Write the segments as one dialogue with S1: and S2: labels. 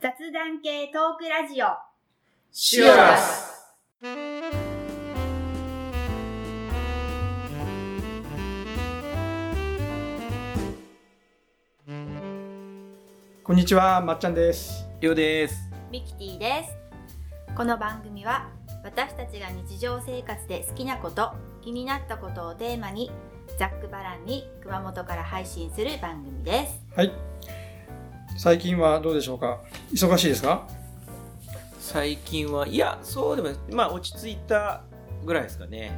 S1: 雑談系トークラジオ。
S2: シュアス
S3: こんにちは、まっちゃんです。
S4: りょうです。
S1: ミキティです。この番組は私たちが日常生活で好きなこと、気になったことをテーマにざっくばらんに熊本から配信する番組です。
S3: はい。最近はどうでしょうか忙しいですか
S4: 最近は、いや、そうでも、まあ、落ち着いたぐらいですかね。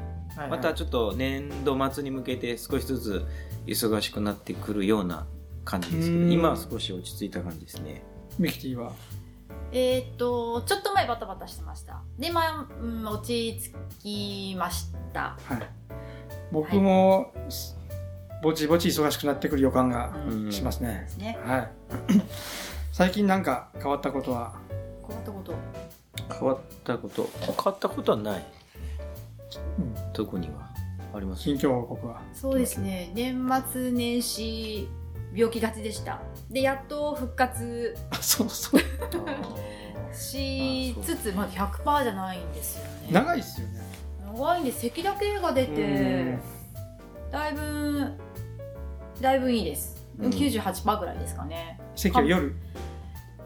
S4: またちょっと年度末に向けて少しずつ忙しくなってくるような感じですけ
S3: う
S4: ど、
S3: ん
S4: 今は少し落ち着いた感じですね。
S3: ミキティは。
S5: えーっと、ちょっと前バタバタしてました。で、まあ、うん、落ち着きました。
S3: はい。僕も、ぼちぼち忙しくなってくる予感が
S5: うん。で
S3: しますね。
S5: すね。
S3: はい。 最近なんか変わったことは
S5: こういったこと。
S4: 変わったこと、変わったことはない。
S3: うん
S4: 特には。あります
S3: 近況報告は。
S5: そうですね。年末年始、病気がちでした。で、やっと復活
S3: あそうそう。
S5: しつつ、まあ、100%じゃないんですよね。
S3: 長いっすよね。
S5: 長いんで、咳だけが出
S3: うん
S5: て、だいぶ、だいぶいいです。
S4: うん
S5: 98%ぐらいですかね。
S3: 席は夜。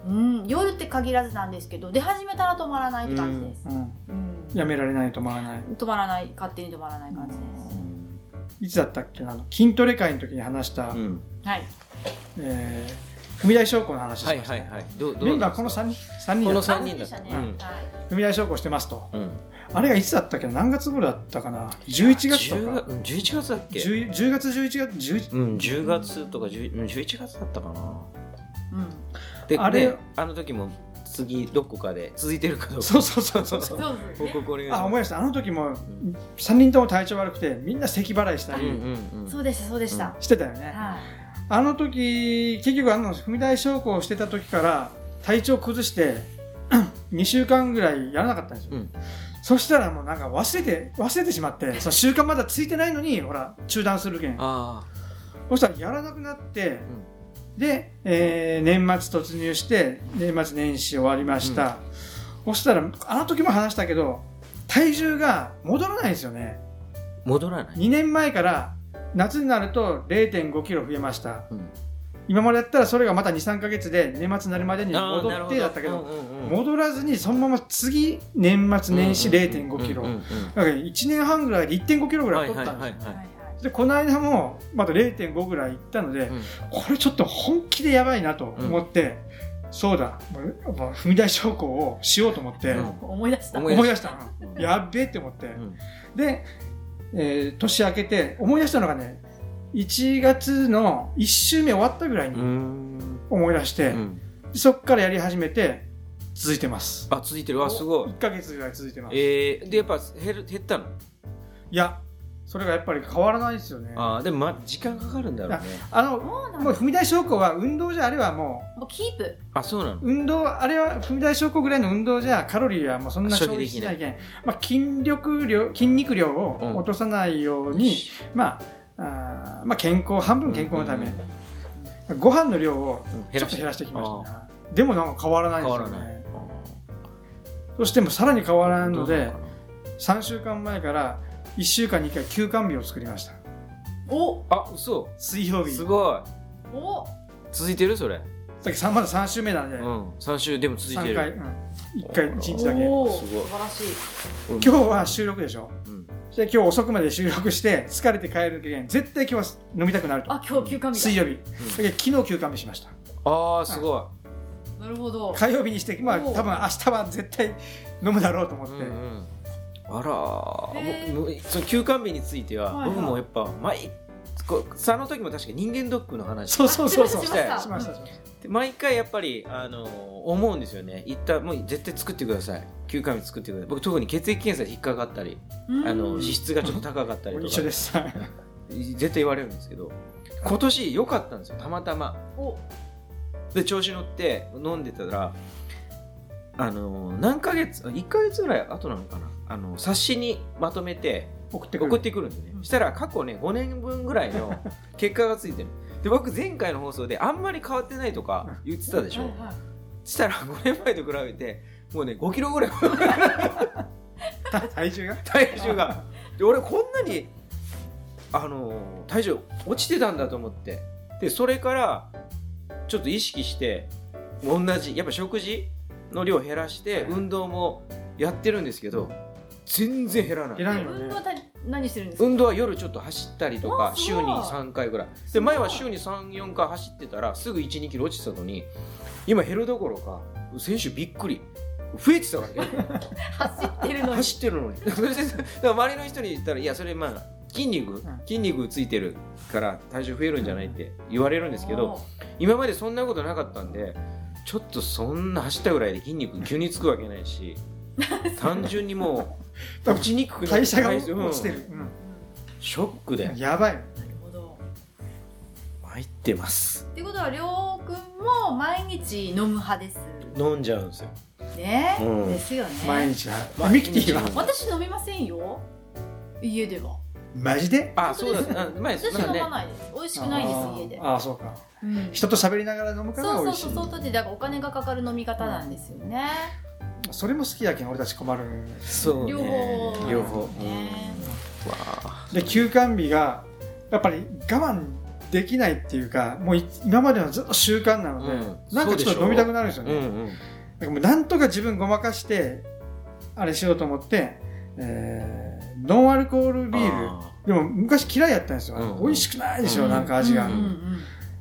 S5: うん、夜って限らずなんですけど、出始めたら止まらないって感じです。
S3: うん。
S5: うん
S3: やめられないと回らない。
S5: 止まらない勝手に止まらない感じです、
S3: いつだったっけなあの筋トレ会の時に話した、
S4: うん。
S5: はい
S3: えー踏み台証拠の話しま
S4: はい
S3: した
S4: は
S3: ね
S4: いはい。どうどう
S3: メンバーこの3人、三人だ
S4: この
S3: った
S4: 三人だ
S5: あそうでしたね、
S4: うん
S5: はい
S3: 踏み台証拠してますと。
S4: うん。
S3: あれがいつだったっけな何月頃だったかな ?11 月
S4: 10
S3: とか
S4: 月うん11月だっけ
S3: 10, 10月11月11
S4: うん、10月とか10うん11月だったかな。
S5: うん、
S4: で、
S3: あ
S4: あ
S3: れ
S4: あの時も次どこかで続いてるかどうか
S3: そうそうそうそう
S5: そうです
S4: 報
S5: ね
S4: 告お願いします。
S3: あ思い出したあの時も3人とも体調悪くてみんな咳払いした
S4: うん
S3: り
S4: うんうん。
S5: そうでしたそうでした、
S3: してたよね、
S5: はい
S3: あの時結局あの踏み台昇降をしてた時から体調崩して 2週間ぐらいやらなかったんですよ、
S4: うん
S3: そしたらもうなんか忘れて忘れてしまってその習慣まだついてないのにほら中断するけん
S4: あ
S3: そしたらやらなくなって、で、えー年末突入して、年末年始終わりました。そしたら、あの時も話したけど、体重が戻らないんですよね。
S4: あ、戻らない。
S3: 2年前から夏になると0.5キロ増えました。
S4: うん
S3: 今までだったらそれがまた2、3ヶ月で年末になるまでに
S4: あーな
S3: 戻
S4: る
S3: っ
S4: ほ
S3: てだったけ
S4: うん
S3: ど、
S4: うんうん
S3: 戻らずにそのまま次、年末年始0.5キロ。
S4: うんうん
S3: だ
S4: うん
S3: から1年半ぐらいで1.5キロぐ
S4: うん
S3: ら
S4: はいい
S3: 取
S4: は
S3: っ
S4: い
S3: た
S4: は
S3: んですよ
S4: いはい。
S3: で、この間もまた0.5ぐらいいったので、
S4: うん
S3: これちょっと本気でやばいなと思って、そうだもうもう踏み台昇降をしようと思って、
S4: うん
S5: 思い出した
S4: 思
S3: 思い出し
S4: したうん
S3: やっべえって思って、
S4: うん
S3: で、えー年明けて思い出したのがね1月の1週目終わったぐらいに
S4: うん
S3: 思い出して、
S4: うん
S3: そっからやり始めて続いてます
S4: あ、続いてる。あ、すごい。
S3: 1ヶ月ぐらい続いてます、
S4: えー、で、やっぱ減る減ったの
S3: いやそれがやっぱり変わらないですよねあ
S4: あーでもまあ時間かかるんだろうね。
S3: の
S5: そうなんだ
S3: もう踏み台昇降は運動じゃあれはもう
S5: もうキープ
S4: あ、そうなの
S3: 運動あれは踏み台昇降ぐらいの運動じゃカロリーはもうそんな消費しないけん、まあ、筋力量筋肉量を落とさないように、まああーまあ、健康半分健康のため、
S4: うんうん
S3: ご飯の量を
S4: うん
S3: ちょっと
S4: て
S3: 減らしてきましたねでもなんか変わらないん
S4: 変
S3: ですよ
S4: わらない
S3: ね。そしてもさらに変わらな
S4: な
S3: いので3週間前から1週間に1回休館日を作りました
S5: お
S4: あ、嘘。
S3: 水曜日
S4: す
S3: さ
S4: ごい。
S5: お
S4: 続いてるそれ。
S3: っきさんまだ3週目なんで、
S4: うん。3週でも続いて
S3: 3
S4: る。
S3: 回、うん、1回1日だけ今
S5: おー
S4: すごい
S5: 素晴らしい
S4: うん
S3: 日は収録でしょ
S4: うん
S3: で今日遅くまで収録して疲れて帰るけん絶対今日は飲みたくなると
S5: あ今日休暇日だ
S3: 水曜日、だけど昨日休館日しました
S4: ああ、すごい。
S5: なるほど
S3: 火曜日にしてまあ
S5: おう
S3: 多分明日は絶対飲むだろうと思って、
S4: うんうんあら
S5: へ
S4: ー、
S5: ー
S4: もうその休館日については、
S5: はいはい
S4: 僕もやっぱ毎こその時も確か人間ドックの話
S3: そうそうそうそう
S5: あ
S3: し
S5: し
S3: ま
S5: ま
S3: し
S5: したた
S3: しました
S4: で毎回やっぱりあのー思うんですよね一旦もう絶対作ってください休館日作ってください僕特に血液検査で引っかかったり、
S5: うん
S4: あの脂質がちょっと高かったりと か
S3: 一緒ですはい
S4: 絶対言われるんですけど今年良かったんですよたまたま
S5: お
S4: で調子乗って飲んでたらあのー何ヶ月1ヶ月ぐらい後なのかなあの冊子にまとめて
S3: 送ってくる
S4: 送ってくるんですね、したら過去ね5年分ぐらい の結果がついてるで僕前回の放送であんまり変わってないとか言ってたでしょ
S5: はいはい
S4: したら5年前と比べてもうね5キロぐらい
S3: 体重が
S4: 体重がで俺こんなにあの体重落ちてたんだと思ってでそれからちょっと意識して同じやっぱ食事の量減らして運動もやってるんですけど全然減らない
S3: 減らないよ
S5: 運動
S3: ね
S5: は何してるんですか
S4: 運動は夜ちょっと走ったりとか
S5: あす
S4: 週
S5: ごい
S4: に3回ぐらいで前は週に34回走ってたらすぐ12キロ落ちてたのに今減るどころか選手びっくり増えてたからね
S5: 走ってるのに
S4: 走ってるの にだから周りの人に言ったらいやそれまあ筋肉
S3: ん
S4: 筋肉ついてるから体重増えるんじゃないって言われるんですけど今までそんなことなかったんでちょっとそんな走ったぐらいで筋肉急につくわけな いし単純にもう
S3: 多
S4: 打
S3: 分
S4: ちにくくな
S3: 代謝が落
S4: うん
S3: ちてる、
S4: ショック
S3: う
S4: で
S3: ん、やばい
S5: なるほど
S4: 参ってます
S5: ってことはりょうくんも毎日飲む派です
S4: 飲んじゃうんですよ
S5: ね、
S4: うん
S5: ですよね
S3: 毎日は、まあ、ミキティは
S5: 私飲みませんよ家では
S3: マジで
S4: あそうだあうまいで
S5: 私
S4: すなんか
S5: 飲
S4: ね
S5: まないです、美味しくないです家で、
S3: ああそうか
S5: うん
S3: 人と喋りながら飲むか
S5: そ
S3: ら
S5: う
S3: 美
S5: そう
S3: 味しい
S5: そうそうとってだからお金がかかる飲み方なんですよね、
S3: それも好きやけん俺たち困る
S4: そうね
S5: 両方
S4: 両方
S5: ね
S4: うんわあ
S3: で休館日がやっぱり我慢できないっていうかもうい今までのずっと習慣なので、
S4: うん
S3: なんかちょっと飲みたくなるんです
S4: う
S3: よ
S4: ん
S3: ね、
S4: うん
S3: なんかもうなんとか自分ごまかしてあれしようと思って、えーノンアルコールビール
S4: あ
S3: でも昔嫌いやったんですよ、
S4: うん
S3: 美味しくないでしょ、
S4: うん
S3: なんか味が、
S5: うんうんうん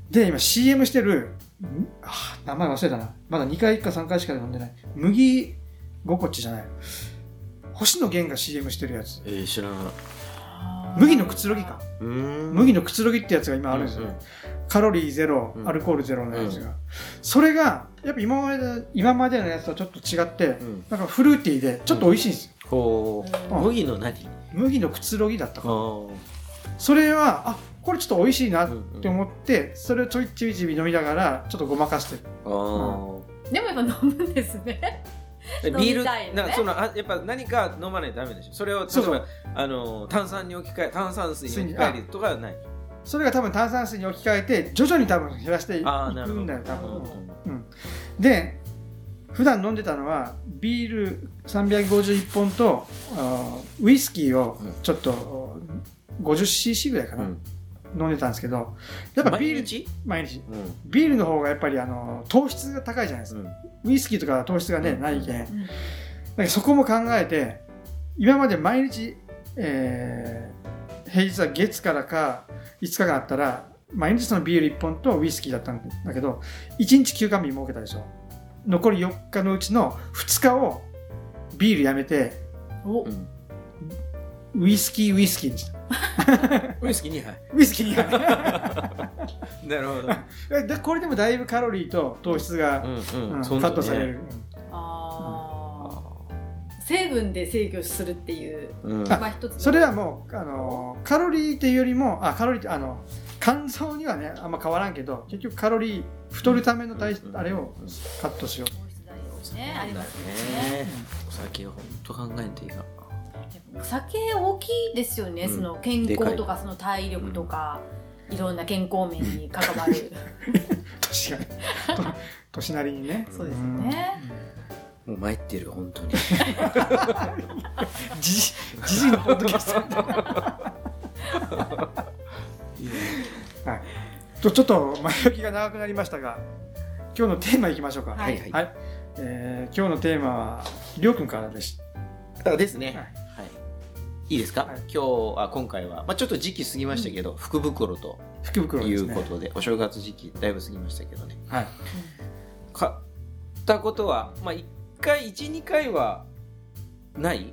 S3: で今 CM してるんあ名前忘れたなまだ2回か3回しか飲んでない麦ごこっちじゃない星野源が CM してるやつ
S4: えー知らない
S3: 麦のくつろぎか
S4: うーん
S3: 麦のくつろぎってやつが今あるんですよ、ね
S4: うんうん
S3: カロリーゼロ
S4: うん
S3: アルコールゼロのやつが、それがやっぱ今までの今までのやつとちょっと違って、
S4: うん
S3: なんかフルーティーでちょっと美味しいんですよ、
S4: こう
S3: うん
S4: 麦の何
S3: 麦のくつろぎだったかな
S4: あ
S3: それはあこれちょっと美味しいな
S4: あ
S3: って思って、それをちょいちびちび飲みながらちょっとごまかしてる
S4: あー
S5: でもやっぱ飲むんですね飲
S4: ビール
S5: みたいよね
S4: なんかそのあやっぱ何か飲まないとダメでしょそれを例えば
S3: そうそう
S4: あの炭酸に置き換え炭酸水に置き換えるとかはない
S3: それが多分炭酸水に置き換えて徐々に多分減らしていく
S4: あーなるほど
S3: んだよ多
S5: なるほど
S3: 分で普段飲んでたのはビール351本とあーウイスキーをちょっと 50cc ぐらいかな、飲んでたんですけどやっぱビール
S4: 毎日
S3: 毎日
S4: うん
S3: ビールの方がやっぱりあの糖質が高いじゃないですか、ウイスキーとかは糖質がね、
S4: うん
S3: ないけ
S5: ん
S3: ん、だからそこも考えて今まで毎日、えー平日は月からか5日間あったら毎日そのビール1本とウイスキーだったんだけど1日休館日設けたでしょ残り4日のうちの2日をビールやめて
S5: お
S4: うん
S3: ウイスキーウイスキーにした
S4: ウイスキー2杯
S3: ウイスキーに
S4: なるほど
S3: でこれでもだいぶカロリーと糖質が、
S4: うん
S3: う
S4: うんん
S3: カットされる、
S5: あー
S4: あ
S5: 成分で制御するっていう
S4: ーうん
S5: まあ一つの
S3: それはもうあのカロリーっていうよりもあカロリーってあの肝臓にはねあんま変わらんけど結局カロリー太るための体、
S4: うん
S3: あれを
S4: うん
S3: カットしよ
S5: 糖質代用ねありますよね
S4: ねお酒は本当考えていいな
S5: お酒大きいですよね、
S4: うん
S5: その健康とかその体力とか、いろんな健康面に関わ る
S3: う年がと年なりにね
S5: そうですよね、
S4: もう参ってる本当に
S3: うんじじじじいのポッドキ ャストみたいなはいとちょっと前置きが長くなりましたが今日のテーマいきましょうか
S5: はい
S3: はいえー今日のテーマはりょうくんからでした
S4: あですね、
S3: は
S4: はいいいいですか、
S3: はい
S4: 今日あ今回は、まあ、ちょっと時期過ぎましたけど、福袋と
S3: 福袋
S4: い
S3: です
S4: う
S3: ね
S4: ことでお正月時期だいぶ過ぎましたけどね
S3: はい
S4: 買ったことは、まあ、1回12回はない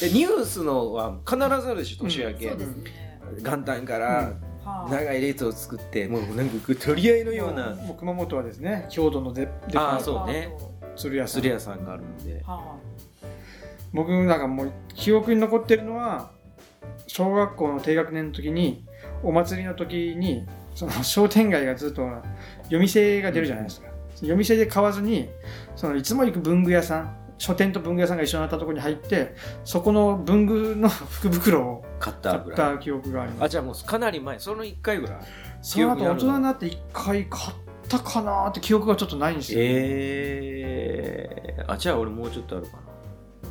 S4: でニュースのは必ずあるでしょ年明
S5: うん
S4: け、
S5: そうですね、
S4: 元旦から
S5: はあ
S4: 長い列を作って、もうなんか取り合いのような
S3: もう熊本はですね郷土のデデパ
S4: あー
S3: ート
S4: そうね
S3: 鶴屋さん
S4: 釣り屋さんがあるんで、
S5: は
S3: 僕なんかもう記憶に残ってるのは小学校の低学年の時にお祭りの時にその商店街がずっと夜店が出るじゃないですか、夜店で買わずにそのいつも行く文具屋さん書店と文具屋さんが一緒になったところに入ってそこの文具の 福袋を
S4: 買っ
S3: 買
S4: たぐ
S3: っ
S4: らい
S3: た記憶がありま
S4: あじゃあもうかなり前その1回ぐらい
S3: すその後
S4: 記憶にあ
S3: 大
S4: る
S3: 人になって一回買っったかなーって記憶がちょっとないんですよ、
S4: ええー、あじゃあ俺もうちょっとあるか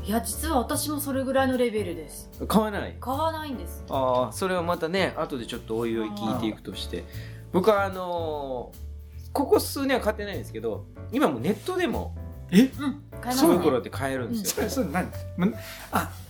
S5: いや実は私もそれぐらいのレベルです
S4: な買わない
S5: 買わないんです
S4: ああそれはまたね後でちょっとおいおい聞いていくとして僕はあのーここ数年は買ってないんですけど今もうネットでも
S5: うん買います
S4: そういう
S5: ね
S4: 頃って買えるんです
S3: そ
S4: よ、
S3: れそれ何む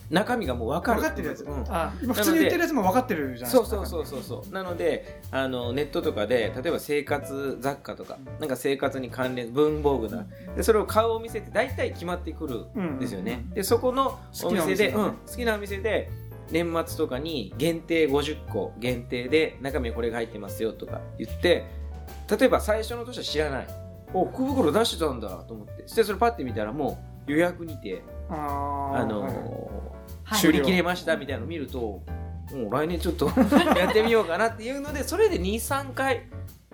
S4: 中身がもう分かる
S3: 分かってるやつ、
S4: うん
S3: あ今普通に売ってるやつも分かってるじゃないです
S4: そ
S3: か
S4: うそうそうそうそうなのであのネットとかで例えば生活雑貨とかなんか生活に関連文房具だでそれを買うお店って大体決まってくるんですよね、
S3: うん
S4: でそこのお店
S3: 好
S4: で
S3: きなお店だね
S4: うん、好きなお店で年末とかに限定50個限定で中身これが入ってますよとか言って例えば最初の年は知らないお福袋出してたんだと思ってそしてそれパッて見たらもう予約にて
S3: あー
S4: あ
S3: はい
S4: のー
S5: はい
S4: 修理切れましたみたいなの見るともう来年ちょっと やってみようかなっていうのでそれで23回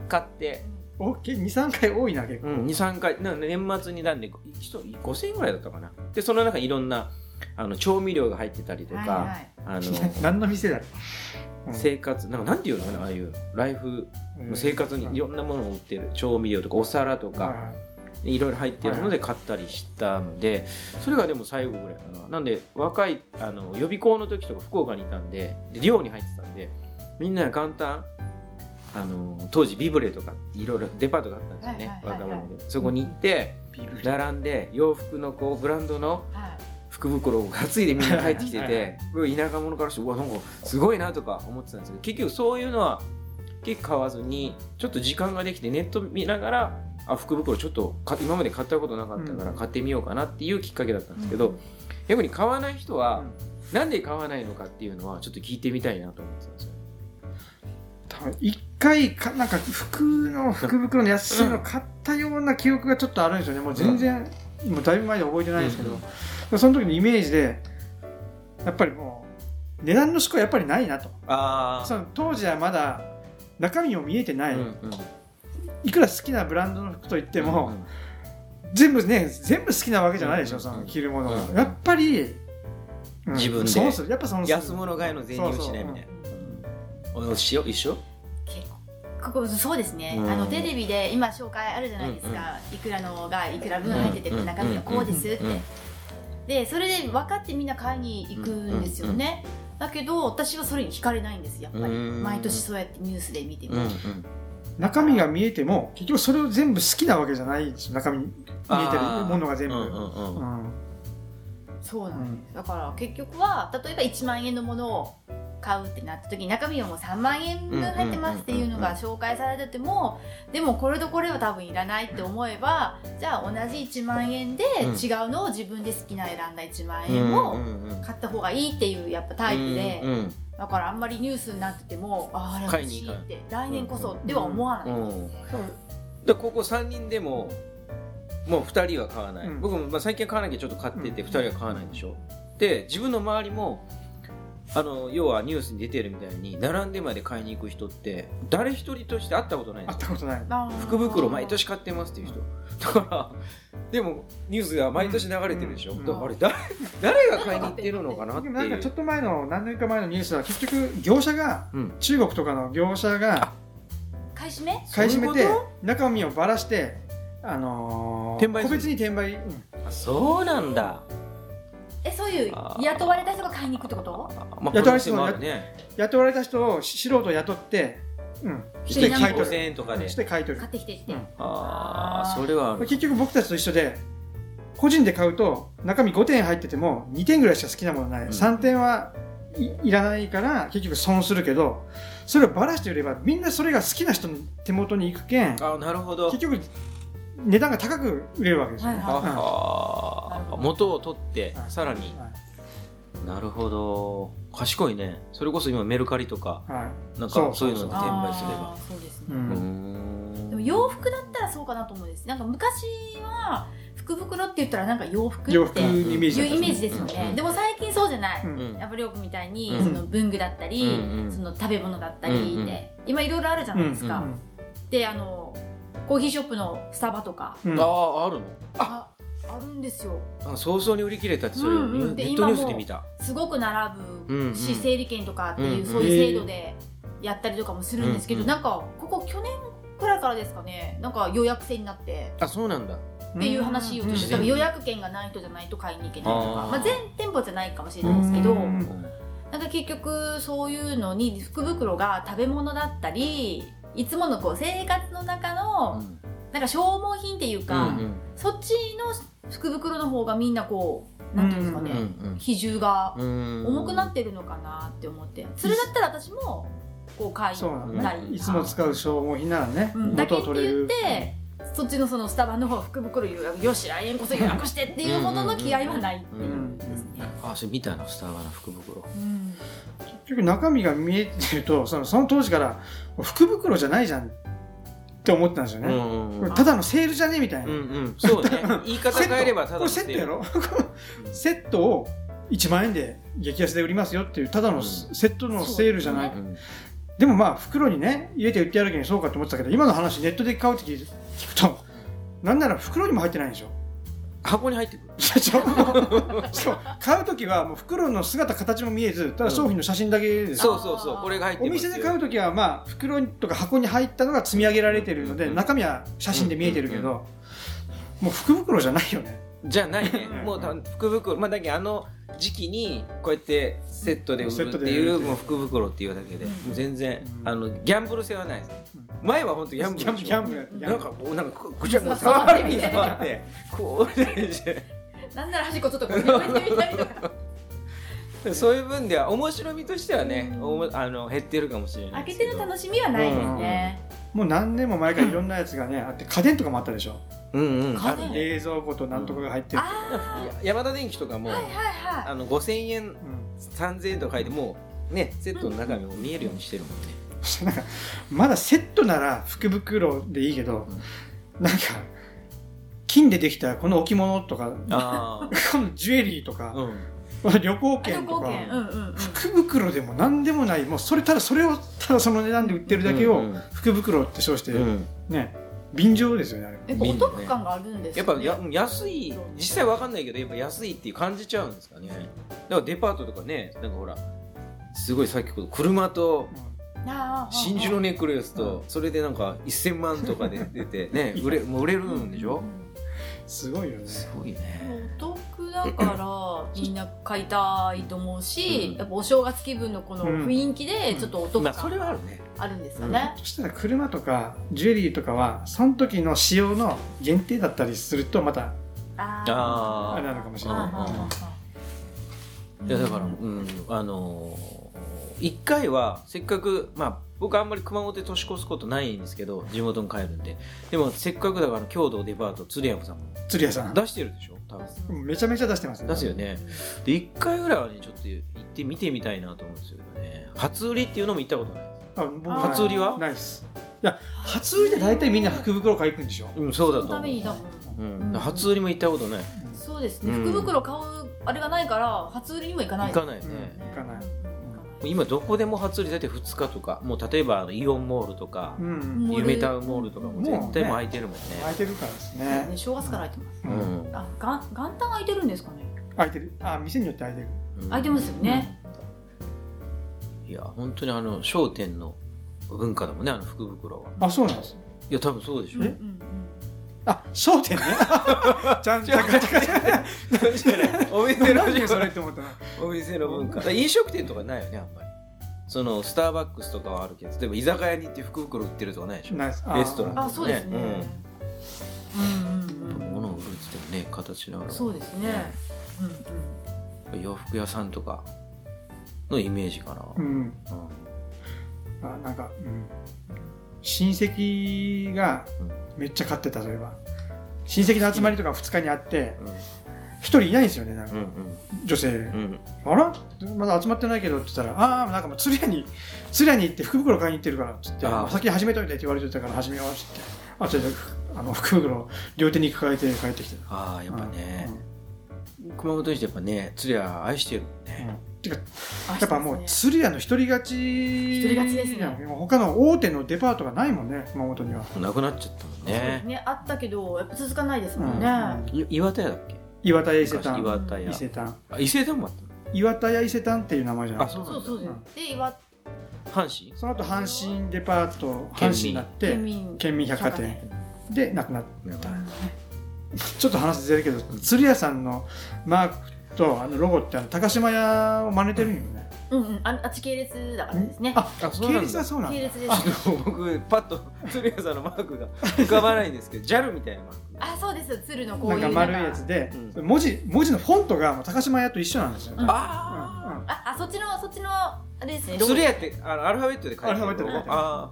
S4: 買って、
S3: おけ23回多いな結構、
S4: うん、23回な年末になんで一人5000円ぐらいだったかなでその中にいろんなあの調味料が入ってたりとか、
S5: はいはい
S4: あ の
S3: 何の店だろう、
S4: 生活なんかなんていうのかなああいうライフ
S3: うん
S4: 生活にいろんなものを売ってる調味料とかお皿とか、
S3: はい
S4: ろいろ入ってるので買ったりしたので、それがでも最後ぐらいかな。なんで、若い、あの、予備校の時とか福岡にいたんで、で寮に入ってたんで、みんな元旦、あの、当時ビブレとか、いろいろデパートがあったんですよね、
S5: はいはいはいはい
S4: 若者で。そこに行って、並んで、洋服のこう、ブランドの
S5: はい
S4: 福袋を担いでみんな帰ってきて
S3: はいはい
S4: て、僕田舎者からして、うわ、なんかすごいなとか思ってたんですけど、結局そういうのは、結構買わずに、ちょっと時間ができて、ネット見ながら、あ、福袋ちょっとか今まで買ったことなかったから
S3: うん
S4: 買ってみようかなっていうきっかけだったんですけど、逆に買わない人は、なんで買わないのかっていうのは、ちょっと聞いてみたいなと思ってたんですよ。
S3: 多分一回かなんか服の福袋の安いの買ったような記憶がちょっとあるんですよねもう全然、もうだいぶ前で覚えてないんですけど、その時のイメージでやっぱりもう値段の思考はやっぱりないなと
S4: あ
S3: その当時はまだ中身も見えてない、
S4: うんうん、
S3: いくら好きなブランドの服といっても、
S4: うんうん
S3: 全部ね全部好きなわけじゃないでしょ、
S4: うん
S3: その着るものが、
S4: うん
S3: やっぱり、うん
S4: 自分で
S3: 損するやっぱ損する
S4: 安物買いの全入しないみたいな。うんおしよ一緒
S5: 結構そうですね、
S4: うん
S5: あのテレビで今紹介あるじゃないですか、いくらのがいくら分入ってて、
S4: うん
S5: 中身がこうですって、
S4: んん
S5: でそれで分かってみんな買いに行くんですよね、だけど私はそれに惹かれないんですやっぱり、
S4: うん
S5: 毎年そうやってニュースで見ても、
S4: うんうん
S3: 中身が見えても結局それを全部好きなわけじゃないですよ中身見えてるものが全部、
S4: うんうんうん
S3: うん
S5: そうなんです、だから結局は例えば1万円のものを買うってなった時に中身はもう3万円分入ってますっていうのが紹介されててもでもこれとこれは多分いらないって思えばじゃあ同じ1万円で
S4: うん
S5: 違うのを自分で好きな選んだ1万
S4: うん
S5: 円を
S4: うんうん
S5: 買った方がいいっていうやっぱタイプで、
S4: うんうん
S5: だからあんまりニュースになっててもあああれ
S4: 買い
S5: 欲
S4: に
S5: し
S4: 行
S5: い
S4: か
S5: って来年こそでは思わない、
S4: うん、でここ3人でももう2人は買わない、
S3: うん
S4: 僕もまあ最近は買わなきゃちょっと買ってて
S3: うん
S4: 2人は買わないでしょで自分の周りもあの要はニュースに出てるみたいに並んでまで買いに行く人って誰一人として会ったことないんで
S3: 会っ
S4: す
S3: たことない
S5: まあ
S4: 福袋毎年買ってますっていう人だからでもニュースが毎年流れてるでしょ、
S3: うん
S4: だからあれ誰誰が買いに行ってるのかなって
S3: で
S4: い
S3: もなんかちょっ
S4: う
S3: と前の何年か前のニュースは結局業者が、
S4: うん
S3: 中国とかの業者が
S5: 買い占め
S3: 買い占めて
S4: そういうこ
S3: 中身をばらして、あのー
S4: 転売す
S3: 個
S4: る
S3: 別に転売、うん
S4: とあそうなんだ、
S5: えそういう雇われた人が買いに行くってこと
S4: まあ、
S3: いや
S4: 可能性もあるね
S3: 雇われた人を素人を雇って、うん、
S4: 一
S5: 人
S4: 人
S5: 何個
S4: 5000円とかで
S3: し。て買い取
S5: 買って
S3: る
S5: きてって、
S3: うん
S4: ああ、それはある。
S3: 結局僕たちと一緒で個人で買うと中身5点入ってても2点ぐらいしか好きなものない、
S4: うん
S3: 3点はいいらないから結局損するけどそれをばらして売ればみんなそれが好きな人の手元に行くけん
S4: あーなるほど
S3: 結。局値段が高く売れるわけですよ、
S5: はいはい
S4: ああ、元を取って
S3: は、い
S4: さらに。なるほど。賢いね。それこそ今メルカリとか、
S3: はい
S4: なん
S3: そ
S4: か
S3: う
S4: そ
S3: そうう
S4: いうので転売すれば
S5: あ。ーそうですね、
S3: う
S4: うん
S5: でも
S4: ん。
S5: 洋服だったらそうかなと思うんですなんか昔は福袋って言ったらなんか洋服ってい
S3: 洋
S5: う
S3: 服のイメージだった
S5: イメージですよ
S4: うん
S5: ね、
S4: うん
S5: でも最近そうじゃない、
S3: うん
S4: うん
S5: やっぱりよくみたいに、
S4: うん
S5: その文具だったり、
S4: うんうん
S5: その食べ物だったりって、
S4: うんうん
S5: 今いろいろあるじゃないですか、
S4: うん
S3: うん
S5: であのコーヒーショップのスタバとか
S3: うん
S4: ああ、あるの
S5: ああるんですよ
S4: あ早々に売り切れたって、それ
S5: うんうん
S4: ネ
S5: で
S4: ットニュースで見た。
S5: すごく並
S4: うんう
S5: ぶ
S4: ん
S5: し整理券とかっていう、
S4: うんうん
S5: そういう制度でやったりとかもするんですけど、
S4: うんうん
S5: なんかここ去年くらいからですかねなんか予約制になって
S4: あそうなんだ
S5: っていう話をして、多分予約券がない人じゃないと買いに行けないとか
S4: あー
S5: まあ、全店舗じゃないかもしれないですけど
S3: うん
S5: なんか結局そういうのに福袋が食べ物だったりいつものこう生活の中の、なんか消耗品っていうか、そっちの福袋の方がみんなこうなんていうんですかね、
S3: うん
S5: 比重が重
S4: 重
S5: くなってるのかなって思ってそれだったら私もこう買い
S3: そうなの
S5: たい、
S3: ねいつも使う消耗品ならね、
S5: うんだけ
S3: 元
S5: っ
S3: を
S5: て
S3: 取れ
S5: 言っ
S3: る
S5: て、そっちのそのスタバの福袋予約よし来年こそ予約してっていうほどの気合はないっていうですね。
S4: あそれ見たのスタバの福袋
S5: うん
S3: 結局中身が見えてるとそのその当時から福袋じゃないじゃんって思ってたんですよ
S4: う
S3: ね、
S4: ん
S3: これただのセールじゃねみたいな、
S4: うんうんそうね言い方
S3: セット
S4: 変えればただ
S3: これセットやろ セットを1万円で激安で売りますよっていうただ
S4: う
S3: の
S4: ん
S3: セットのセールじゃない、
S5: そ
S3: でもまあ袋にね入れて売ってやる時にそうかと思ってたけど今の話ネットで買うって聞くとなんなら袋にも入ってないんでしょ
S4: 箱に入ってくる
S3: 社長そう買う時はもう袋の姿形も見えずただ商品の写真だけですよ
S4: そうそうそうこれが入って
S3: お店で買うときは、まあ、袋とか箱に入ったのが積み上げられてるので、
S4: うん
S3: 中身は写真で見えてるけど、
S4: うん
S3: もう福袋じゃないよね。
S4: じゃないね
S3: うん
S4: もう多分福袋まあだけどあの時期にこうやってセットで売
S3: セ
S4: る
S3: ッ
S4: っ
S3: ト
S4: て
S3: で
S4: い
S3: 売るっ
S4: う
S3: ていう
S4: もう福袋っていうだけで
S5: うん
S4: 全然
S3: うん
S4: あのギャンブル性はないです前は本当ギ
S3: ギ
S4: ャンブルでしょ
S3: ャンブルギャンブル
S4: なんかもうなんかこうぐちゃぐちゃ触りに触 ってこう
S5: なんなら端っこちょっとこう広げてみたりとか
S4: そういう分では面白みとしてはねおもあの減ってるかもしれない
S5: 開
S4: で
S5: け
S4: す
S5: て
S4: け
S5: る
S4: ど
S5: 楽しみはないですね。
S3: もう何年も前からいろんなやつがね、あって家電とかもあったでしょ。
S4: うんうん
S5: 家
S4: あ
S5: 電
S4: るね
S3: 冷蔵庫となんとかが入ってる。
S5: あ
S4: ヤマダ電機とかも
S5: あはいはいは
S4: あの5000円
S3: うん
S4: 3000円とか書いてもうねセットの中身も見えるようにしてるもんね
S3: そしてなんかまだセットなら福袋でいいけど、なんか金でできたこの置物とか、
S4: あ
S3: このジュエリーと
S4: あ
S3: か、
S4: うん
S3: 旅行
S5: い。
S3: 券と
S5: 旅行。
S3: か
S5: 券うんうんうん。
S3: 福袋でも何でもないもうそれただそれをただその値段で売ってるだけ
S4: う
S3: を
S4: んうん
S3: 福袋って称して、
S4: うん
S3: ね便乗ですよねあれ
S5: やっぱお得感があるんです
S4: や
S5: よ
S4: っぱ
S5: ね。
S4: や安い実際わかんないけどやっぱ安いっていう感じちゃうんですかねだからデパートとかねなんかほらすごいさっきこの車と
S5: ああ
S4: 真珠のネックレスとそれでなんか1000万とかで出てね売れもう売れるんでしょ
S3: すごいよね
S4: すごいね
S5: お得だからみんな買いたいと思うし、
S4: うん
S5: やっぱお正月気分のこの雰囲気でちょっとお得
S4: まあそれ
S5: 感
S4: はあるね
S5: あるんですよね。
S3: そしたら車とかジュエリーとかはその時の仕様の限定だったりするとまた
S5: あ
S4: あー
S3: あれなのかもし
S5: ー
S3: れない
S5: あーあーあー
S4: いやだから、うん、あのー、1回はせっかく、まあ、僕あんまり熊本で年越すことないんですけど地元に帰るんででもせっかくだから郷土デパート鶴山さんも
S3: 釣り屋さん
S4: 出してるでしょ多分
S3: めちゃめちゃ出してます
S4: 出すよねで1回ぐらいはねちょっと行って見てみたいなと思うんですよね初売りっていうのも行ったことない
S3: あ僕
S5: あー
S3: 初
S4: 初
S3: 売
S4: 売りは
S3: りないですいや初売りで大体みんな福袋買いに行くんでしょ
S4: うんそうだ
S5: そ
S4: と
S5: のために
S4: 思
S5: だ
S4: う
S5: もん。
S4: うん、初売りも行ったことない
S5: そうですね。
S4: うん
S5: 福袋買うあれがないから初売りにも行かない。
S4: 行かないね、
S3: うん行かない
S5: い。
S4: 今どこでも初売り大体2日とかもう例えばあのイオンモールとか
S3: う、ん
S5: モール
S4: 夢タウンモールとかも絶対もう空いてるもんね
S3: 空いてるからです
S5: ね
S3: ね
S5: 正月から開いてます。
S3: うん
S4: うん
S5: あ、が元旦開いてるんですかね。
S3: 空いてるあ店によって空いてる
S5: 開いてますよね。
S4: いや本当にあの商店の文化だもんねあの福袋は
S3: あそうなんです
S4: いや多分そうでしょ
S3: え
S5: うんうん。
S3: あ商店ね ちゃんちゃかちゃかちゃか
S4: お店の
S3: 何でそれって思ったな
S4: お店の文化だから飲食店とかないよねあんまりそのスターバックスとかはあるけど例えば居酒屋に行って福袋売ってるとかないでしょ
S3: ナイス
S4: レストラン
S5: あ、そうですね。
S4: ね
S5: うんうんうん
S4: 物を売るって言ってもね形のある
S5: そうですね。うんうん。
S4: 洋服屋さんとかのイメージかな、
S3: うん
S4: うん
S3: あなんか、うん、親戚が
S4: うん
S3: めっちゃ飼ってた例えば親戚の集まりとか2日にあって一人いないんですよねなんか
S4: うん
S3: 女性、
S4: うんうん
S3: あらまだ集まってないけどって言ったらああーなんかもう釣り屋に釣り屋に行って福袋買いに行ってるからって言って
S4: あー
S3: 先に始めといてって言われてたから始めようって言ってあちょっとあの福袋両手に抱えて帰ってきて
S4: ああやっぱね
S3: うん、
S4: 熊本にしてやっぱね釣りは愛してるもん
S3: う
S4: ね、
S3: んてかやっぱもう
S5: あそ
S3: 釣り屋の一人勝ち
S5: 一人勝ちですね
S3: やんもう他の大手のデパートがないもんね熊本には、
S4: なくなっちゃったもん
S5: うですね
S4: ね
S5: ねあったけどやっぱ続かないです
S3: う
S5: もん
S3: ん
S5: ね、
S4: い岩田屋だっけ
S3: 岩田屋伊勢
S4: 昔
S3: 丹
S4: 岩田屋
S3: 伊勢丹
S4: あ伊勢丹もあったの
S3: 岩田屋伊勢丹っていう名前じゃない
S4: あそう
S5: そう
S4: なんだ
S5: そうです、で岩
S4: 阪神
S3: その後阪神デパート阪神になって
S5: 県民
S3: 県民百貨
S5: 百
S3: 店でなくなったちょっと話ずれるけど釣り屋さんのマークとあのロゴってあの高島屋を真似てるよね
S5: うんうんあのあっち系列だからですね
S3: あ
S4: あそう
S3: 系
S4: なん
S3: 列
S4: だ
S3: はそうなんだ
S5: 系列です
S4: あの僕パッと鶴屋さんのマークが浮かばないんですけど JAL みたいなマーク
S5: あそうです鶴のこう
S3: ない
S5: う
S3: んか丸いやつで、
S4: うん
S3: 文字文字のフォントがもう高島屋と一緒なんですよ、ね
S5: うん
S4: あ
S3: うんうん
S5: ああそっちのそっちのあれですね
S4: あ鶴屋ってあのアルファベットで書いて
S3: アルファベットで書いてある
S4: あ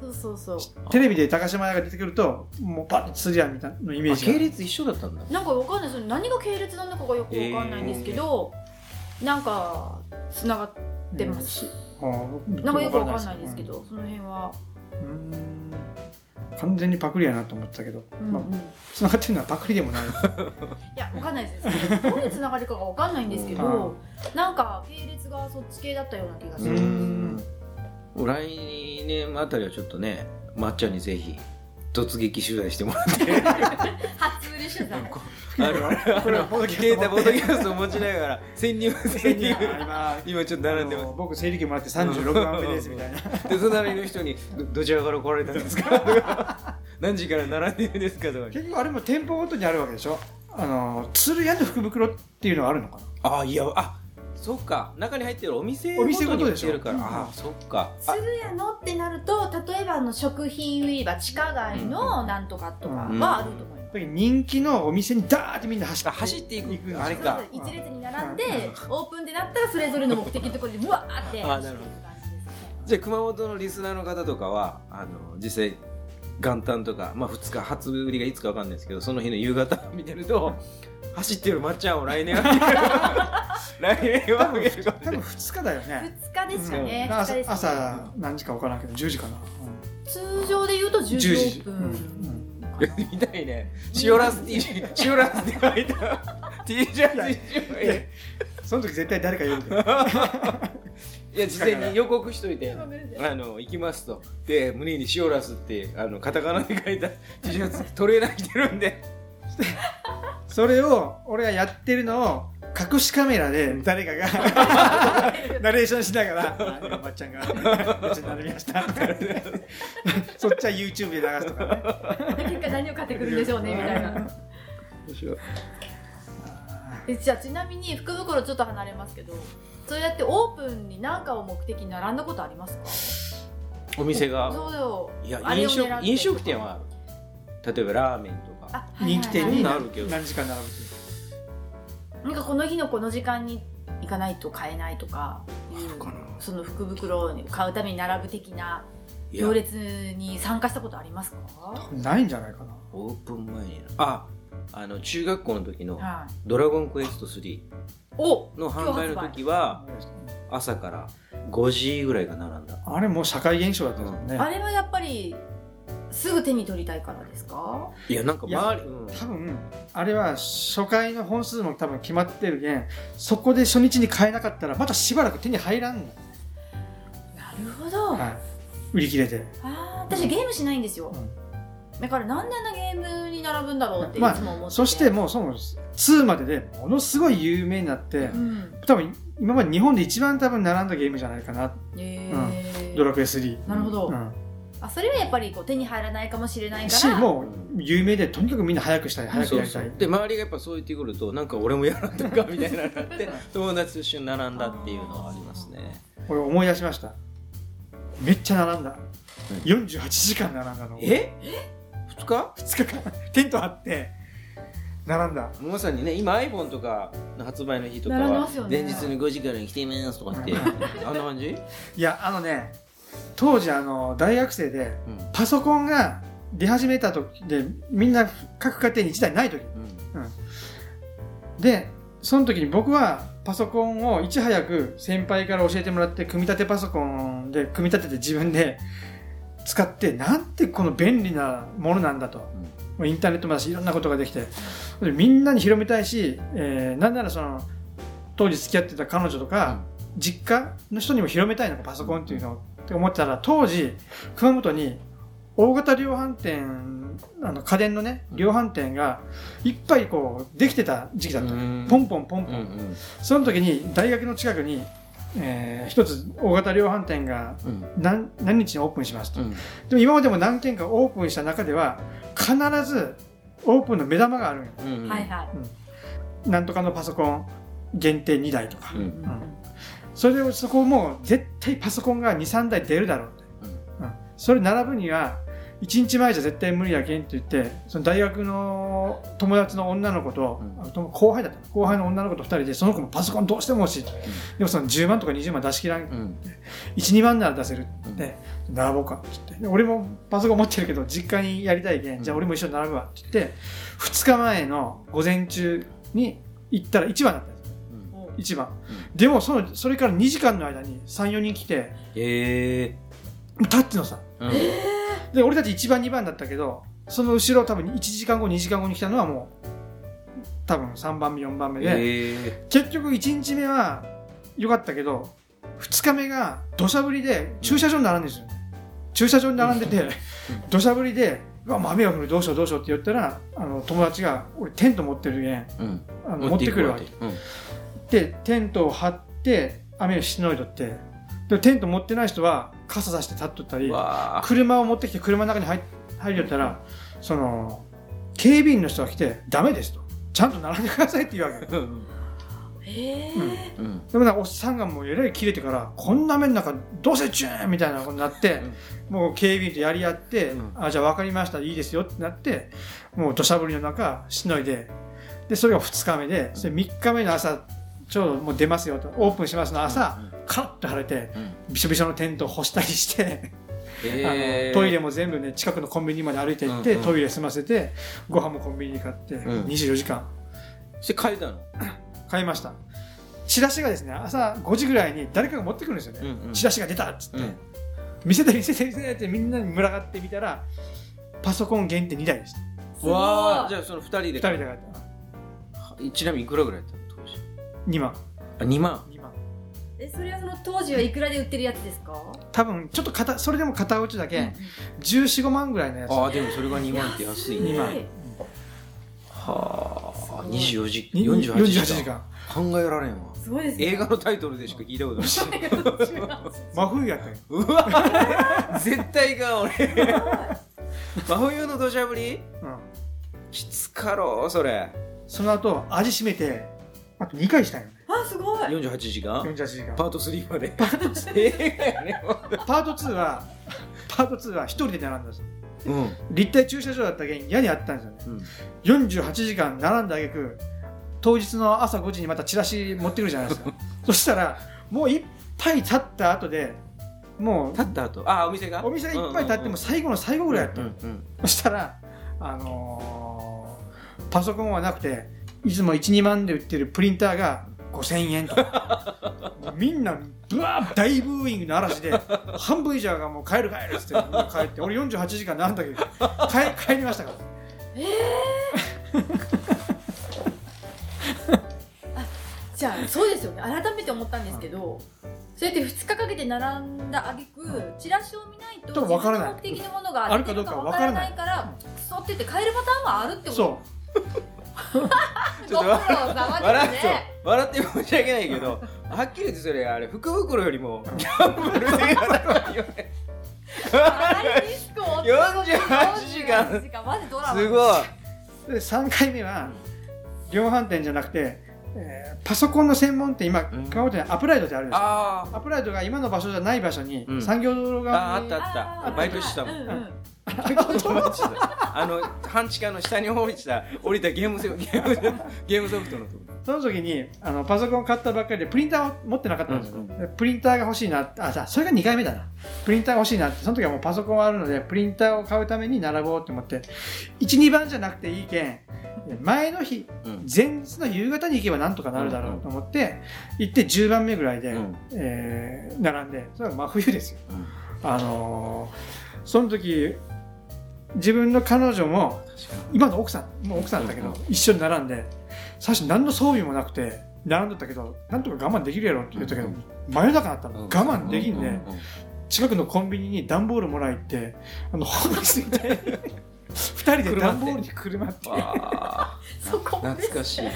S5: そうそうそう
S3: テレビで高島屋が出てくるともうパッと釣り屋みたいなイ
S4: ー
S3: メー
S4: あ
S3: ジが
S4: 系列一緒だったんだ
S5: なんかわかんないその何が系列なのかがよくわかんないんですけど、なんかつながってますし、
S3: うん
S5: なんかよくわかんないですけ、ど、その辺は、
S3: うんうん完全にパクリやなと思ったけど、
S5: うんうん
S3: まあ、繋がってるのはパクリで もない
S5: いやわかんないですねどういうつながりかがわかんないんですけど、なんか系列がそっち系だったような気がす
S4: う
S5: る、
S4: ん来年あたりはちょっとねまっちゃんにぜひ突撃取材してもらって
S5: 初売り取材
S4: あの
S3: これはポッドキャスト
S4: データボードキャストを持ちながら潜入 潜入
S3: 今
S4: 今ちょっと並んでます
S3: あの僕整理券もらって36番目ですみたいな
S4: で隣の人にどどちらから来られたんですか とか何時から並んでるんですかとか
S3: 結局あれも店舗ごとにあるわけでしょあの鶴屋と福袋っていうのはあるのかな
S4: ああいやあそっか中に入ってるお店
S3: お
S4: ごとに
S3: 店ごと
S4: 売
S3: で
S4: っ
S3: しょ
S4: てるから
S3: うん
S4: ああそっかあ
S5: 鶴屋のってなると例えばあの食品売り場地下街のなんとかとかはあると思います、
S3: だけど人気のお店にダーってみんな走って
S4: あ走っていく
S3: 行くんですよ
S4: あれ
S5: そう
S4: か
S5: そう一列に並んでオープンでなったらそれぞれの目的のところでうわーって
S4: あなるほどじゃあ熊本のリスナーの方とかはあの実際元旦とか、まあ、2日初売りがいつかわかんないですけどその日の夕方 見てると走ってるまっちゃんを来年あ
S3: 多分 多分
S4: げる来年はあげるかもしれない
S3: 2日だよね
S5: 2日ですかね,、
S3: うん
S5: 二日です
S3: 朝
S5: ね
S3: 朝何時か分からんけど10時かな、う
S5: 通常で言うと10時
S3: 10
S5: オ
S3: 時
S5: ープンかな
S4: みたいね塩ラス T 塩ラスって書いた T シャツ一
S3: んいや
S4: 枚
S3: その時絶対誰か言うけど
S4: いや事前に予告しといて
S5: ごめんなさい
S4: あの行きますとで胸に塩ラスってあのカタカナで書いた T シャツトレーナー着てるんで
S3: それを俺がやってるのを隠しカメラで誰かが ナレーションしながらあ「今ばっちゃんがうちに並びました」 そっちは YouTube で流すとかね
S5: 結果何を買ってくるんでしょうねみたいなでじゃあちなみに福袋ちょっと離れますけどそうやってオープンに何かを目的に並んだことありますか
S4: お店が
S5: そうよ
S4: いや
S5: あれ
S4: 飲
S5: を狙って
S4: 食飲食店はある例えばラーメンとか
S5: あ
S3: 人気店
S5: はい
S3: に
S5: はい
S4: な
S3: 何
S4: るけど
S3: 時間並ぶ
S5: はいなんかこの日のこの時間に行かないと買えないとかいうその福袋を買うために並ぶ的ない
S4: や
S5: 行列に参加したことありますか
S3: とないんじゃないかな
S4: オープン前にああの中学校の時の
S5: はい
S4: 「ドラゴンクエスト3
S5: お」
S4: の販売の時は朝から5時ぐらいが並んだ
S3: あれもう社会現象だったんですもんね、
S5: あれはやっぱりすぐ手に取りたいからですか
S4: いやなんか
S3: いや
S4: 周りうん
S3: 多分あれは初回の本数も多分決まってるけんそこで初日に買えなかったらまたしばらく手に入らんの、
S5: なるほど、あ
S3: はい、売り切れて
S5: あー私ゲームしないんですよ、だからなんであんなゲームに並ぶんだろうっていつも
S3: まあ
S5: 思ってて、
S3: そしてもうその2まででものすごい有名になって、
S5: うん
S3: 多分今まで日本で一番多分並んだゲームじゃないかな、
S5: えー
S3: ドラクエ3
S5: なるほど、
S3: うん
S5: あそれはやっぱりこう手に入らないかもしれないか
S3: し
S5: ら
S3: もう有名でとにかくみんな早くしたい早く
S4: そ
S3: や
S4: う
S3: り
S4: そ
S3: たいう
S4: で周りがやっぱそう言ってくるとなんか俺もやらんとかみたいなのになって 友達と一緒に並んだっていうのはありますね
S3: これ思い出しましためっちゃ並んだ
S4: うん
S3: 48時間並んだの
S4: え2日
S3: 2日間テント張って並んだ
S4: まさにね今 iPhone とかの発売の日とか
S5: 並んで
S4: は
S5: ますよね
S4: 前日に5時から来てますとか ってあんな感じ
S3: いやあのね当時あの大学生で
S4: うん
S3: パソコンが出始めた時でみんな各家庭に1台ない時
S4: うん
S3: でその時に僕はパソコンをいち早く先輩から教えてもらって組み立てパソコンで組み立てて自分で使ってなんてこの便利なものなんだと、もうインターネットもだしいろんなことができてでみんなに広めたいし、えーなんならその当時付き合ってた彼女とか、実家の人にも広めたいのかパソコンっていうのをって思ってたら当時熊本に大型量販店あの家電のね量販店がいっぱいこうできてた時期だったの
S4: うん
S3: ポンポンポンポ
S4: うんう
S3: ン、
S4: ん
S3: その時に大学の近くにえー、一つ大型量販店が
S4: うん
S3: 何何日にオープンしますと、
S4: うん
S3: でも今までも何件かオープンした中では必ずオープンの目玉があるんよ
S4: うん
S5: はいはい。
S3: なんとかのパソコン限定2台とか、
S4: うん
S5: う
S3: うんんそれをそこもう絶対パソコンが23台出るだろうって、うんそれ並ぶには1日前じゃ絶対無理やけんって言ってその大学の友達の女の子と、
S4: うん
S3: あと後輩だったの後輩の女の子と2人でその子もパソコンどうしても欲しいと、でもその10万とか20万出し切らん
S4: うん
S3: 12万なら出せる
S4: うん
S3: で並ぼうかって言ってで俺もパソコン持ってるけど実家にやりたいけん、
S4: うん
S3: じゃあ俺も一緒に並ぶわって言って2日前の午前中に行ったら1番だったんですよ
S4: うん
S3: 1番、
S4: う
S3: でもそのそれから2時間の間に34人来て
S4: ええ
S3: タッチのさ
S4: うん
S3: で俺たち1番2番だったけどその後ろ多分1時間後2時間後に来たのはもう多分3番目4番目で、
S4: え
S3: 結局1日目は良かったけど2日目が土砂降りで駐車場に並んでるんですよ、駐車場に並んでて 土砂降りで「うわもう雨が降るどうしようどうしよう」って言ったらあの友達が「俺テント持ってるけん
S4: えうん
S3: あの持ってくるわ」って
S4: うん
S3: 言ってテントを張って雨をしのいどってでテント持ってない人は傘さして立っとったり
S4: わあ
S3: 車を持ってきて車の中に入入りよったらその警備員の人が来て「ダメです」と「ちゃんと並んでください」って言うわけ。
S4: うん
S5: え
S3: うん
S5: え。
S4: うん
S3: でもなんかおっさんがもうえらい切れてからこんな目の中どうせチューンみたいなことになって、もう警備員とやり合って、
S4: うん
S3: あじゃあ分かりましたいいですよってなってもう土砂降りの中しのいででそれが2日目でそれ3日目の朝ちょうどもう出ますよとオープンしますの朝、カラッと晴れて
S4: うん
S3: びしょびしょのテントを干したりして、
S4: ええ
S3: あのトイレも全部ね近くのコンビニまで歩いて行って、
S4: うんうん
S3: トイレ済ませてご飯もコンビニに買って、
S4: うん
S3: 24時間
S4: して書いたの
S3: 買いましたチラシがですね朝5時ぐらいに誰かが持ってくるんですよね、
S4: うんうん
S3: チラシが出たっつって、
S4: うん
S3: 見せて見せて見せてってみんなに群がってみたらパソコン限定2台でした
S5: すごい
S4: わあじゃあその二人で
S3: 2人で買った
S4: ちなみにいくらぐらいだったの当時
S3: 2万
S4: あ2万
S3: 2万
S5: え、それはその当時はいくらで売ってるやつですか？
S3: 多分ちょっと片それでも片打ちだけ、
S4: うん
S3: 1415万ぐらいのやつ
S4: ああでもそれが2万って安いね
S3: 2万
S4: はあ
S5: すごい
S4: 24時
S3: に
S4: 48
S3: 48
S4: 時
S3: 時
S4: 間
S3: 間
S4: 考えられんわ
S5: すごいですね。
S4: 映画のタイトルでしか聞いたことない
S3: 真冬やったよ
S4: うわ 絶対が俺真冬の土砂降り
S3: うん
S4: きつかろうそれ
S3: その後味しめてあと2回したんよね
S5: あ、すごい。
S4: 48時間
S3: 48時間
S4: パート3までパート3映 画やね
S3: パート2は パート2は1人で並んだんですよ
S4: うん
S3: 立体駐車場だったけん嫌にあったんですよね
S4: うん
S3: 48時間並んだ挙句当日の朝5時にまたチラシ持ってくるじゃないです かそしたらもういっぱい立った後でも
S4: 立った後あお店が
S3: うお店がいっぱい立っても最後の最後ぐらいやった、
S4: うんうん
S3: そしたら、あのーパソコンはなくていつも12万で売ってるプリンターが5000円とか みんなぶわー大ブーイングの嵐で半分以上がもう帰る帰るっつってみんな帰って俺48時間並んだけど帰帰りましたから
S5: じゃあそうですよね。改めて思ったんですけど、そうやって2日かけて並んだ挙句、チラシを見ないと
S3: ちょっとわからない
S5: 自分の目的のものが
S3: あるかどうか
S5: わ
S3: わ
S5: か
S3: か
S5: ら
S3: らな
S5: ないいから、クソって言って買えるパターンはあるってこと。
S3: そう
S5: う
S4: ちょ
S5: ご
S4: っと
S5: 苦労様
S4: 笑
S5: です
S4: っ
S5: ね。
S4: て笑って申し訳ないけど はっきり言ってそれあれ福袋よりもギャンブルでやったのよね
S5: あれリスクを負って
S4: 48時間
S5: 48時間マジドラマ
S4: すごい
S3: で3回目は量販店じゃなくて、えーパソコンの専門店今
S4: うん
S3: 熊本にアップライドであるんですよ
S4: あ
S3: アップライドが今の場所じゃない場所に、
S4: うん
S3: 産業道路
S4: ーあ
S3: 側
S4: ーあっ
S3: に
S4: たあったバイクしてたもん
S5: うんうん
S4: あの半地下の下に降りた降りたゲームセゲームゲームソフトのとこ
S3: その時にあのパソコン買ったばっかりでプリンターを持ってなかったんですよ、
S4: うん
S3: でプリンターが欲しいなってあじゃあそれが2回目だなプリンターが欲しいなってその時はもうパソコンはあるのでプリンターを買うために並ぼうと思って12番じゃなくていいけん前の日
S4: うん
S3: 前日の夕方に行けばなんとかなるだろうと思って行って10番目ぐらいで、
S4: うん
S3: えー並んでそれは真冬ですよ、
S4: うん
S3: あのーその時自分の彼女も今の奥さんもう奥さんだけど、
S4: うんうん
S3: 一緒に並んで最初何の装備もなくて並んでたけどなんとか我慢できるやろって言ったけど、
S4: うん
S3: 真夜中だったの、
S4: うん
S3: 我慢できんで、
S4: うう
S3: 近くのコンビニに段ボールもらいってあのホームスみたいに 二人で段ボールに車って
S4: うんわー
S5: そこまで
S4: 懐かしいへ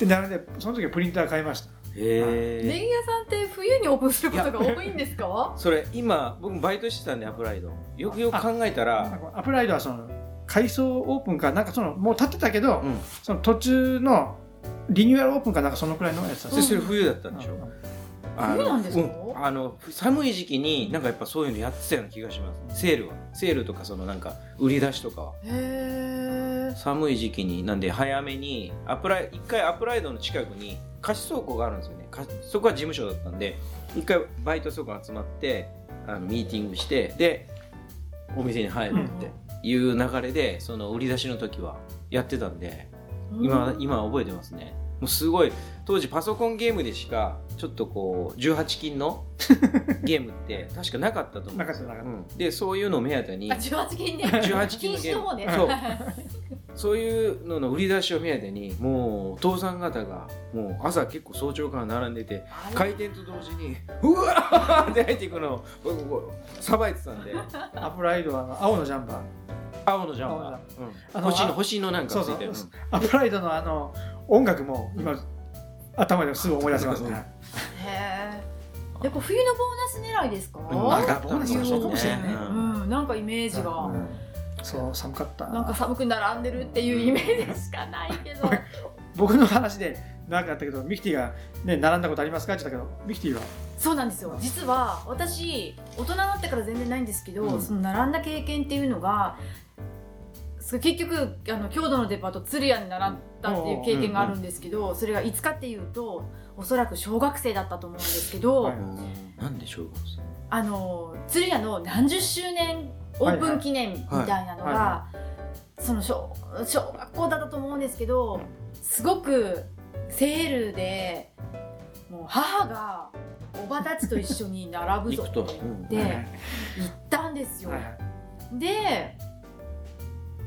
S3: で並んでその時はプリンター買いました
S4: え
S5: 電気屋さんって冬にオープンすることが多いんですか
S4: それ今僕バイトしてたんでアプライドよくよく考えたら
S3: アプライドはその改装オープンかなんかそのもう建ってたけど、うん、その途中のリニューアルオープンかなんかそのくらいのやつだ
S4: それ冬だったんでしょ、うん、
S5: あのなんですか、うん
S4: あの寒い時期になんかやっぱそういうのやってたような気がしますセールはセールとかそのなんか売り出しとか寒い時期になんで早めにアプライ一回アプライドの近くに貸し倉庫があるんですよねそこは事務所だったんで一回バイト倉庫集まってあのミーティングしてでお店に入るっていう流れで、うん、その売り出しの時はやってたんで、うん、今今覚えてますねもうすごい当時パソコンゲームでしかちょっとこう18禁の ゲームって確かなかったと思うんですよ。でそういうのを目当てに
S5: 18禁ね18禁のゲーム、ね、
S4: そうそういうのの売り出しを目当てにもうお父さん方がもう朝結構早朝から並んでて開店と同時にうわーって入っていくのをさばいてたん で
S3: アプライドは青のジャンパー
S4: 青のジャンパー、うん、星の星のなんかついてる
S3: アプライドのあの音楽も今、うん、頭ですぐ思い出せますね。
S5: へえ。やっぱ冬のボーナス狙いですか？
S4: なんかボーナスのそうかもしれない、
S5: う
S4: ね。、
S5: ん、なんかイメージが。うんうん、
S3: そう寒かった。
S5: なんか寒く並んでるっていうイメージしかないけど。
S3: 僕の話でなんかあったけどミキティがね並んだことありますかって言ったけどミキティは。
S5: そうなんですよ実は私大人になってから全然ないんですけど、その並んだ経験っていうのがそ結局あの郷土のデパート鶴屋に習ったっていう経験があるんですけど、うんうん、それがいつかっていうとおそらく小学生だったと思うんですけど、はいはい
S4: なんで小学生
S5: あの鶴屋の何十周年オープン記念みたいなのがその小小学校だったと思うんですけどすごくセールでもう母がおばたちと一緒に並ぶぞって言って行ったんですよ。で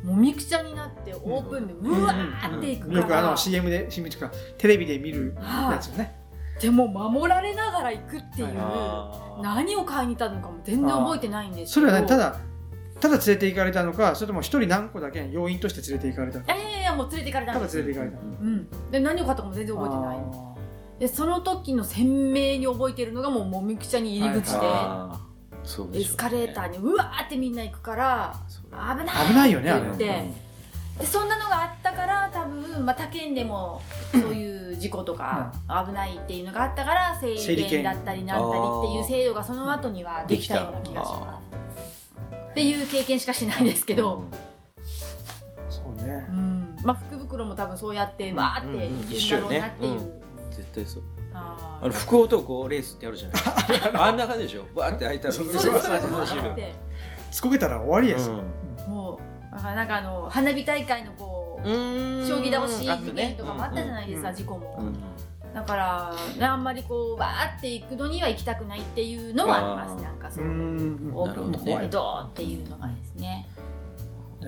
S5: もみくちゃになってオープンでうわっていく
S3: よくあの CM で CM とかテレビで見るやつよね、
S5: でも守られながら行くっていう何を買いに行ったのかも全然覚えてないんです
S3: それはねただただ連れて行かれたのかそれとも一人何個だけ要員として連れて行かれたのか
S5: いやいやいやもう連れて行かれた
S3: ただ連れて行かれた、
S5: うんで何を買ったかも全然覚えてないでその時の鮮明に覚えてるのがもうもみくちゃに入り口で、エスカレーターにうわーってみんな行くから危ない
S3: 危ないよね
S5: って言ってそんなのがあったから多分、まあ、他県でもそういう事故とか危ないっていうのがあったから整理券だったりなんたりっていう制度がその後にはできたような気がしますっていう経験しかしないですけど、
S3: そうね、
S5: うんまあ、福袋も多分そうやってわーっていくんだろうなっていう。
S4: 絶対そうあの福男レースってあるじゃ ないあんな感じでしょバーって開いたらそうそうそう
S3: つこけたら終わりです、
S5: もうだからなんかあの花火大会のこう将棋倒し事件とかもあったじゃないですか、事故も、だからあんまりこうバーって行くのには行きたくないっていうのもありますなんかそのオープンとこでドーっていうのがですね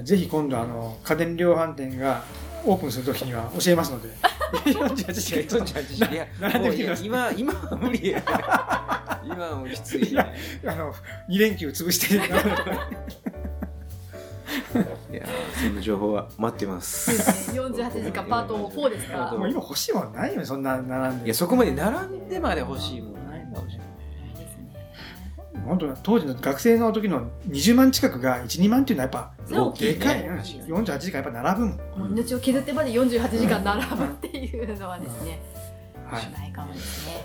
S3: ぜひ今度あの家電量販店がオープンするときには教えます ので。
S4: 今今は無理や。今はもうきつい、ね、
S3: あの二連休潰して。
S4: いやその情報は待ってます。
S5: 四十八時間パート4ですか。
S3: もう今欲しいもんないよそんな並んで。
S4: いやそこまで並んでまで欲しいもんないかもしれない。
S3: 本当当時の学生の時の20万近くが12万っていうのはやっぱもうでかい、ね、48時間やっぱ並ぶ
S5: もん命を削ってまで48時間並ぶっていうのはですね、はい、しないかもですね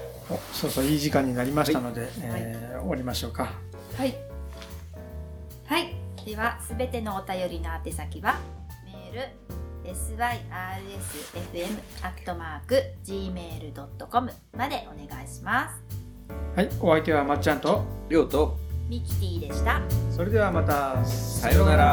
S3: そうそういい時間になりましたので、はえ終わりましょうか
S1: はいはいではすべてのお便りの宛先はメール syrsfm.gmail.com までお願いします
S3: はい、お相手はまっちゃんと
S4: りょうと
S1: ミキティでした。
S3: それではまた
S4: さようなら。